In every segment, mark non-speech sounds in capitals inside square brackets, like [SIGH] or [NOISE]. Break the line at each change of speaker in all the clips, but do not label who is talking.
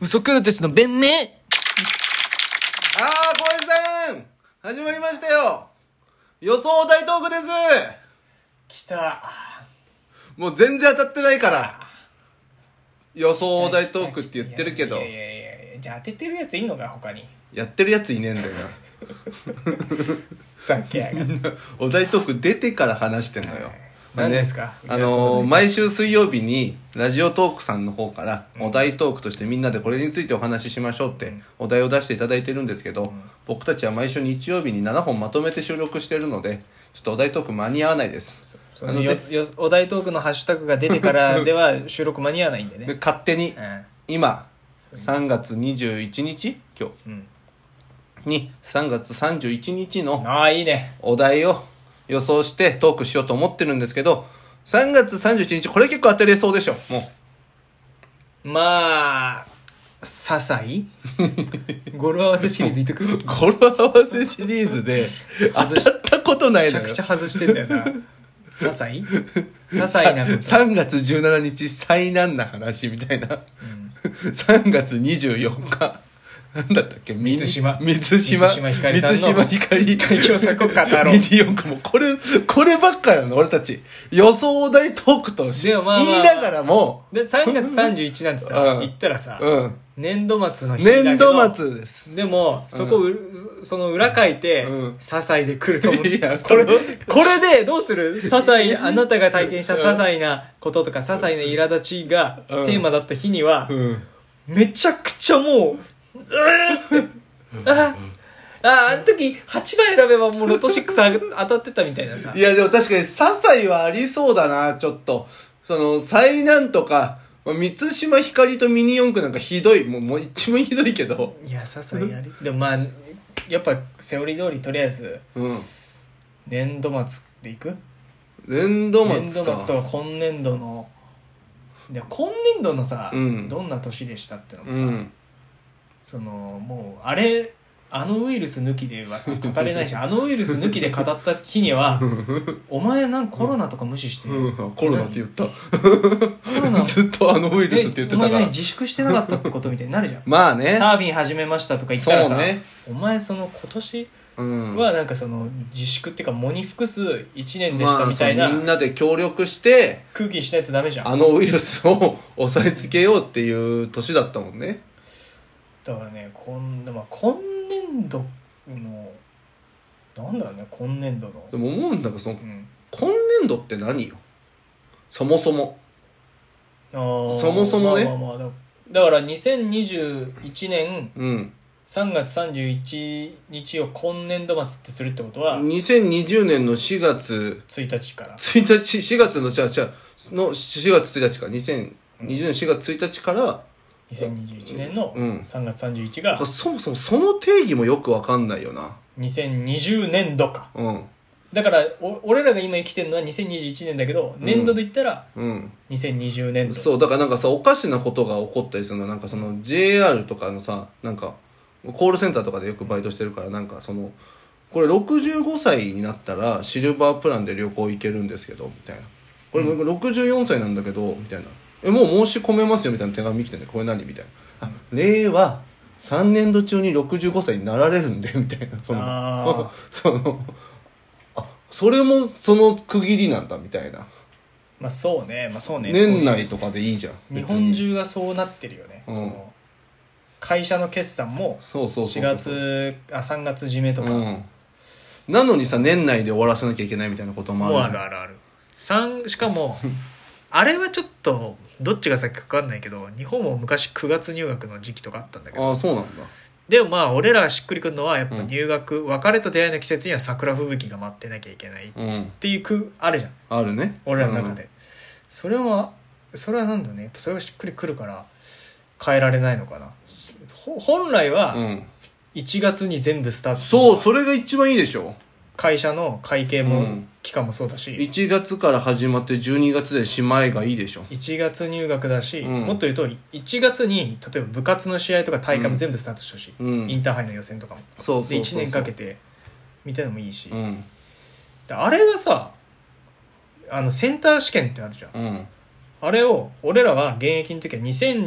嘘くですの弁
あー、
明
公演戦始まりましたよ予想大トークです
来た。
もう全然当たってないから。予想大トークって言ってるけど
いや、いやいやいやじゃあ当ててるやついんのか、他に。
やってるやついねえんだよ
ふざけやが
[LAUGHS]
って。
な。お題トーク出てから話してんのよ。
何ですか
あ
いやそ
のー
んな
毎週水曜日に、ラジオトークさんの方から、お題トークとしてみんなでこれについてお話ししましょうって、お題を出していただいてるんですけど、僕たちは毎週日曜日に7本まとめて収録してるので、ちょっとお題トーク間に合わないです。
そのよよお題トークのハッシュタグが出てからでは収録間に合わないんで
で
ね。
勝手に
う
今3月21日今
ん。うん。
日に3月31日の
ああ、いいね。
お題を予想してトークしようと思ってるんですけど3月31日これ結構当てれそうでしょもう
まあ、些細語呂合わせシリーズいっとくめ
語呂合わせシリーズ
[LAUGHS]
で当たったことない
ち
の
ゃ
よ
くちゃ外してんだよな。些細些細な分。
3月17日災難な話みたいな、3月24日なんだったっけ水
島
水島
水島ひかりさんの
水島ひかり
大京作家太郎
ミニ四駆もこれこればっかなの俺たち予想大トークとし
でもまあまあ
言いながらも
で、3月31なんてさ、
うん
言ったらさ、
うん
年度末の日だけど
年度末です
でも、そこ、うその裏書いて、
うん
些細で来ると思
[LAUGHS]
う。
いや
これ、
その
これでどうする
[LAUGHS]
些細、あなたが体験した些細なこととか、些細な苛立ちがテ
うん
ーマだった日には、
うん
めちゃくちゃもう、うーって、あ、あ、あの時8枚選べばもうロト6当たってたみたいなさ
い。やでも確かに些細はありそうだなちょっとその災難とか満島ひかりとミニ四駆なんかひどいもうもう一番ひどいけど
いや、些細やり。でもまあ、やっぱセオリー通りとりあえず、
うん
年度末でいく
年度
年
末
度末
か
とは今年度ので今年度のさ、
うん
どんな年でしたってのも
う
さ、
ん
そのもうあれあのウイルス抜きではさ語れ
[LAUGHS]
ないしあのウイルス抜きで語った日にはお前なんかコロナとか無視して、
うん、コロナって言った
コロナ
ずっとあ [LAUGHS] のウイルスって言って
えお
た
前
か
何
ら
自粛してなかったってことみたいになる
[LAUGHS]
じゃん
まあね
サーフィン始めましたとか言ったらさ、
そうね
お前その今年
うん
はなんかその自粛っていうか喪に服す1年でしたみたい
まあ
な
そうみんなで協力して
空気にしないとダメじゃん
あのウイルスを抑えつけようっていう年だったもんね
だからね今度、まあ、今年度のなんだろうね今年度の
で、も思うんだけどその
うん、
今年度って何よそもそも
あー
そもそもね
まあまあまあだから2021年
うん
3月31日を今年度末ってするってことは
2020年の4月
1日から
1日4月のじゃあじゃあの4月1日か2020年4月1日から
2021年の
うん
3月31が
そもそもその定義もよくわかんないよな
2020年度か
うん
だからお俺らが今生きてるのは2021年だけど年度で言ったら
うん
2020年度、
そうだからなんかさおかしなことが起こったりするのなんかその JR とかのさなんかコールセンターとかでよくバイトしてるからなんかそのこれ65歳になったらシルバープランで旅行行けるんですけどみたいなこれ僕64歳なんだけどみたいなえもう申し込めますよみたいな手紙来てねこれ何みたいなあ令和3年度中に65歳になられるんで [LAUGHS] みたいなそ
あ
の [LAUGHS] そのあそれもその区切りなんだみたいな
まあそうねまあそうね
年内とかでいいじゃん
日
別
本
に
中がそうなってるよね、
うん
その会社の決算も
そうそうそ
4
うそう
月あ3月締めとか、
うん、なのにさ年内で終わらせなきゃいけないみたいなこともあ
も
る
うあるあるある三し
[LAUGHS]
かもあれはちょっとどっちが先か分かんないけど日本も昔9月入学の時期とかあったんだけど
ああそうなんだ
でもまあ俺らがしっくりくるのはやっぱ
うん
入学、別れと出会いの季節には桜吹雪が待ってなきゃいけないっ
うん
ていうくあるじゃん
あるね
俺らの中で、、それはそれはなんだろうねやっぱそれがしっくりくるから変えられないのかなほ本来は、
うんうん
1月に全部スタート
そうそれが一番いいでしょ
会社の会計も、
うん
期間もそうだし
1月から始まって12月でしまいがいいでしょ
1月入学だし、
うん
もっと言うと1月に例えば部活の試合とか大会も全部スタートしてほしい、
うん
インターハイの予選とかも
そうそうそう
で1年かけてみたいのもいいし、
うん
であれがさあのセンター試験ってあるじゃん
うん
あれを俺らは現役の時は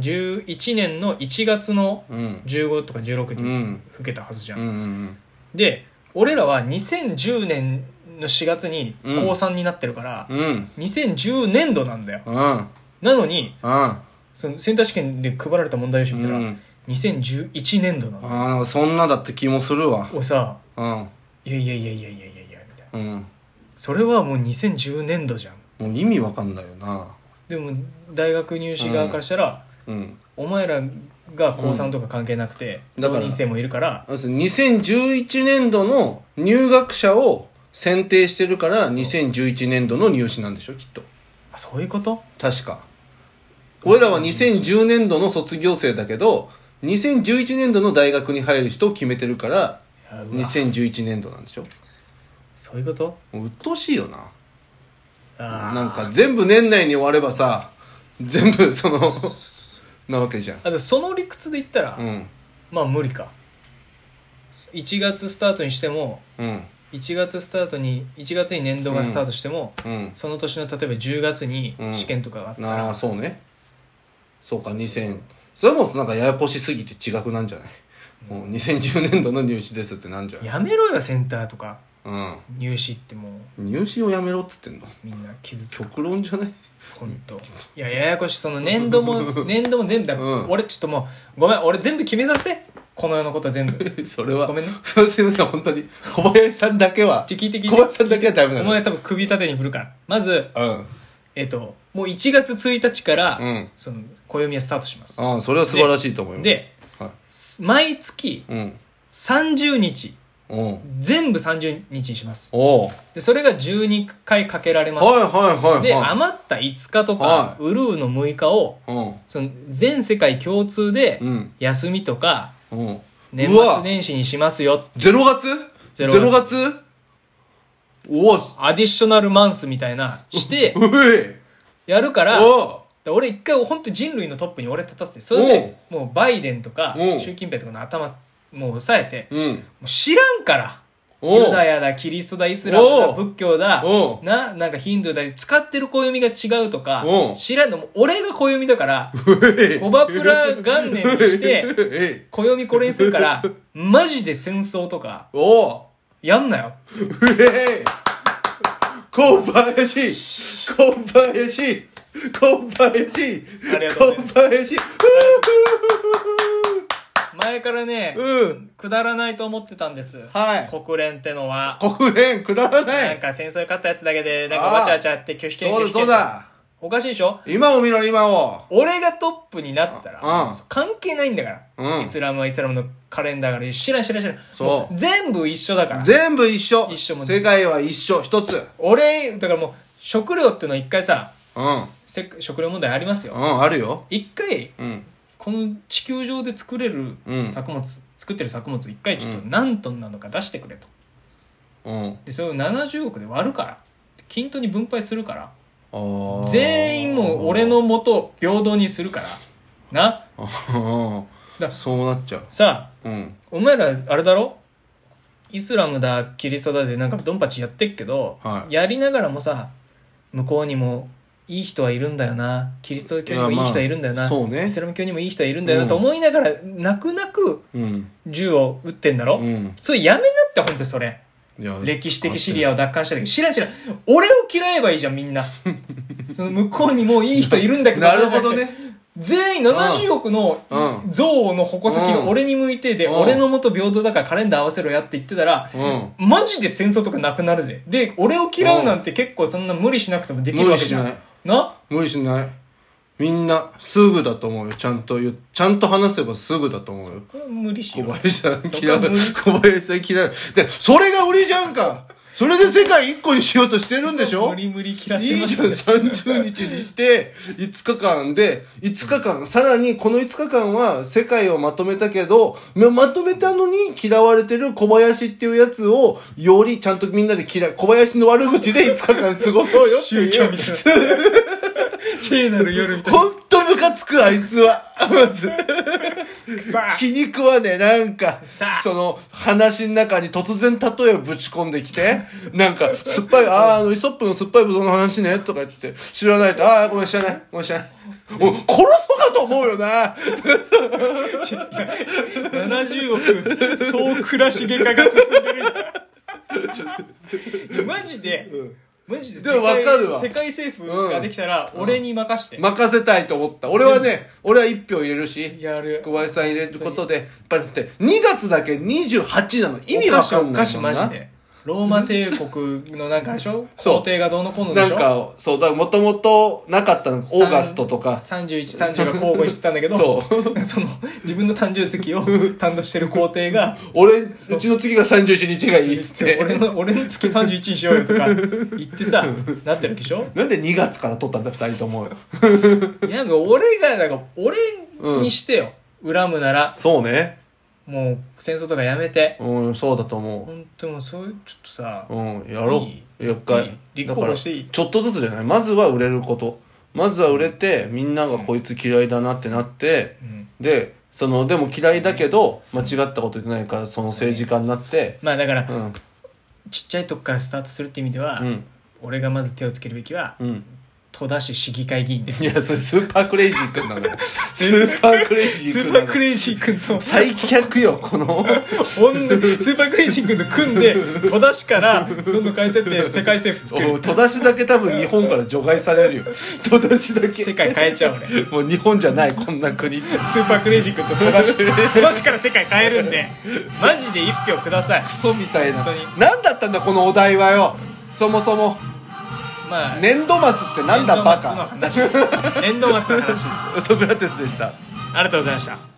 2011年の1月の
うん
15とか16
う
に
ん
老けたはずじゃ、
うんんうん
で俺らは2010年の4月に
うん
高3になってるから、
うんうん
2010年度なんだよ
うん
なのに
あ
そのセンター試験で配られた問題用紙見たら、
うん
2011年度なんだよ
あなんかそんなだって気もするわ
俺さ
うん
「いやいやいやいやいやいやいや」みたいな
うん
それはもう2010年度じゃん
もう意味わかんないよな
でも大学入試側からしたら、
うん
お前らが高3とか関係なくて、
うんだから
浪人生もいるから
要するに2011年度の入学者を選定してるから2011年度の入試なんでしょきっと
あそういうこと
確か俺らは2010年度の卒業生だけど2011年度の大学に入る人を決めてるから
あうわ
2011年度なんでしょ
そういうこと
もう鬱陶しいよな
あー
なんか全部年内に終わればさ全部そのなわけじゃん
あとその理屈で言ったら、
うん
まあ無理か1月スタートにしても
うん
1月スタートに1月に年度がスタートしても、
うん
その年の例えば10月に
うん
試験とかがあったら、
ああそうねそうか2000それもなんかややこしすぎて違くなんじゃないもう2010年度の入試ですってなんじゃない
やめろよセンターとか
うん
入試ってもう
入試をやめろっつってんの
みんな傷つく
極論じゃない [LAUGHS]
本当いやややこしいその年度も年度も全部だ、
うん
俺ちょっともうごめん俺全部決めさせてこの世のこと全
[LAUGHS]
部
それは
ごめんね
それすいません本当に小林さんだけは
ちょ聞いて聞いて
小林さんだけはダメな
お
の
前多分首縦に振るからまず
うん
えっ、ともう1月1日から、
うん
その暦はスタートします
ああそれは素晴らしいと思います
で、
はい、
す毎月
うん
30日
おう
全部30日にします
おう
でそれが12回かけられます、
はいはいはいはい
で余った5日とか、
は
ウルーの6日を
うん
その全世界共通で
うん
休みとか
うん
年
うわ
末年始にしますよ
ゼロ月ゼ
ゼ
ロ
ロ
月おお
アディショナルマンスみたいなして
うい
やるからだか
おう
ら俺一回本当人類のトップに俺立たせてそれでもうバイデンとか
おう
習近平とかの頭もう抑えても
うん
う知らんから
おう
ユダヤだキリストだイスラムだ
おう
仏教だ
おう
ななんかヒンドゥーだ使ってる暦が違うとか
おう
知らんのもう俺が暦だからコバプラ元年にして
て
暦これにするからマジで戦争とか
おお
やんなよ
うえい小林小林小林
ありがとうございます
小林
前からね
ふううん
くだらないと思ってたんです、
はい
国連ってのは、
国連くだらな
なん
い
か戦争で勝ったやつだけでなんかわちゃわちゃやって拒否権
そうだそう
拒否権
だ
おかしいでしょ
今を見ろ今を
俺がトップになったら
あうん
関係ないんだから、
うん
イスラムはイスラムのカレンダーがある知らん知らん知らん
そう
も全部一緒だから
全部一緒
一緒も
世界は一緒一つ
俺だからもう食料っていうのは一回さ
うんうん
せ食料問題ありますよ
あるよ
一回
うん
この地球上で作れる
うん
作物、作ってる作物を一回ちょっと
うん
何トンなのか出してくれと
うん
でそれを70億で割るから均等に分配するから
あー
全員もう俺の元を平等にするからな
あー
だ
そうなっちゃう
さあ
うん
お前らあれだろイスラムだキリストだでなんかドンパチやってっけど、
はい
やりながらもさ向こうにもいい人はいるんだよなキリスト教にもい
いやまあ
い人はいるんだよな、
そうね
イスラム教にもいい人はいるんだよなと思いながら、泣く泣く
うん
銃を撃ってんだろ、
うん
それやめなってほんとそれ
いや
歴史的シリアを奪還した時知らん知らん俺を嫌えばいいじゃんみ
[LAUGHS]
んなその向こうにもういい人いるんだけど
なるほどね
全員70億の
うん
憎悪の矛先が俺に向いてで、
うん
俺の元平等だからカレンダー合わせろやって言ってたら、
うん
マジで戦争とかなくなるぜ。で、俺を嫌うなんて結構そんな無理しなくてもできるわけじゃ
無
ん
理し。
な
無理しないみんなすぐだと思うよちゃんと言うちゃんと話せばすぐだと思うよ
無理し
小
よう。
林さん
そこ
嫌
は
う
無理
小林さん嫌うでそれが売りじゃんかそれで世界一個にしようとしてるんでしょ
無理無理嫌っ
いい
てま
じ
す
ゃん、
ね、 [LAUGHS]
30日にして、5日間で、5日間、さらにこの5日間は世界をまとめたけど、ままとめたのに嫌われてる小林っていうやつを、よりちゃんとみんなで嫌い、小林の悪口で5日間過ごそうよってい
[LAUGHS] 宗
う。
教みたいな。聖なる夜みたいな。 [LAUGHS]
ほんとムカつく、あいつは。まず。
くさ
[LAUGHS] 気に食わねえ、なんか、
さあ
その、話の中に突然例えをぶち込んできて、 [LAUGHS] なんか、酸っぱい、あー、あの、イソップの酸っぱいブドウの話ね、とか言ってて、知らないと、あー、ごめん、知らない、ごめん、知らない。お
[LAUGHS]
い殺そうかと思うよな。
70億総暮らし外科が進んでるじゃんマジで、マジで世
でもわ
界
かるわ
世界政府ができたら俺に任して、
任せたいと思った。俺はね、俺は一票入れるし、
やる
小林さん入れることで、やっぱだって、2月だけ28なの意味わかんない
お菓子お
もん
菓子マ
な
ジ。でローマ帝国のなんかでしょ
[LAUGHS] そう
皇帝がどうのこうので
な
し
ん
ょ
か、そう、だからもともとなかったの、オーガストとか。
3130が交互にしてたんだけど
そ
その自分の誕生月を担当してる皇帝
[LAUGHS]
が
俺、うちの次が31日がいいっつって。
[LAUGHS] 俺の俺の月31にしようよとか言ってさなってるわけでしょ
なんで2月から取ったんだ、2人とも。
いやでも俺がなんか俺にしてよ、恨むなら
そうね。
もう戦争とかやめて
うん、そうだと思
本当もうそういうちょっとさ
う。うん、やろ。
いいう
やっ
いい
かい。
立候補していい
だからちょっとずつじゃない。まずは売れること。まずは売れて、みんながこいつ嫌いだなってなって、
うん
で、その、でも嫌いだけど、間違ったこと言ってないから、その政治家になって、
まあだから、
うん、
ちっちゃいとこからスタートするって意味では、
うん、
俺がまず手をつけるべきは
うん。
戸田市市議会議
[LAUGHS]
員で
いや、それスーパークレイジー君なの
[LAUGHS]
よ。スーパークレイジ
ス
ー君な
ーパ
の
ークレイジー
[LAUGHS]
君と
最脚よ、この。
ほんでスーパークレイジー君と組んで戸田市からどんどん変えてって世界政府作
お
る
戸田市だけ多分日本から除外されるよ。戸田市だけ。
世界変えちゃう俺
もう日本じゃない、こんな国。ク
スーパークレイジー君と戸田市戸田市から世界変えるんでマジで一票ください
ソみたいな
本当。に
なんだったんだ、このお題はよ。そもそも。
まあ
年度末ってなんだ、バカ。
年度末の話です
ソクラテスでした。
ありがとうございました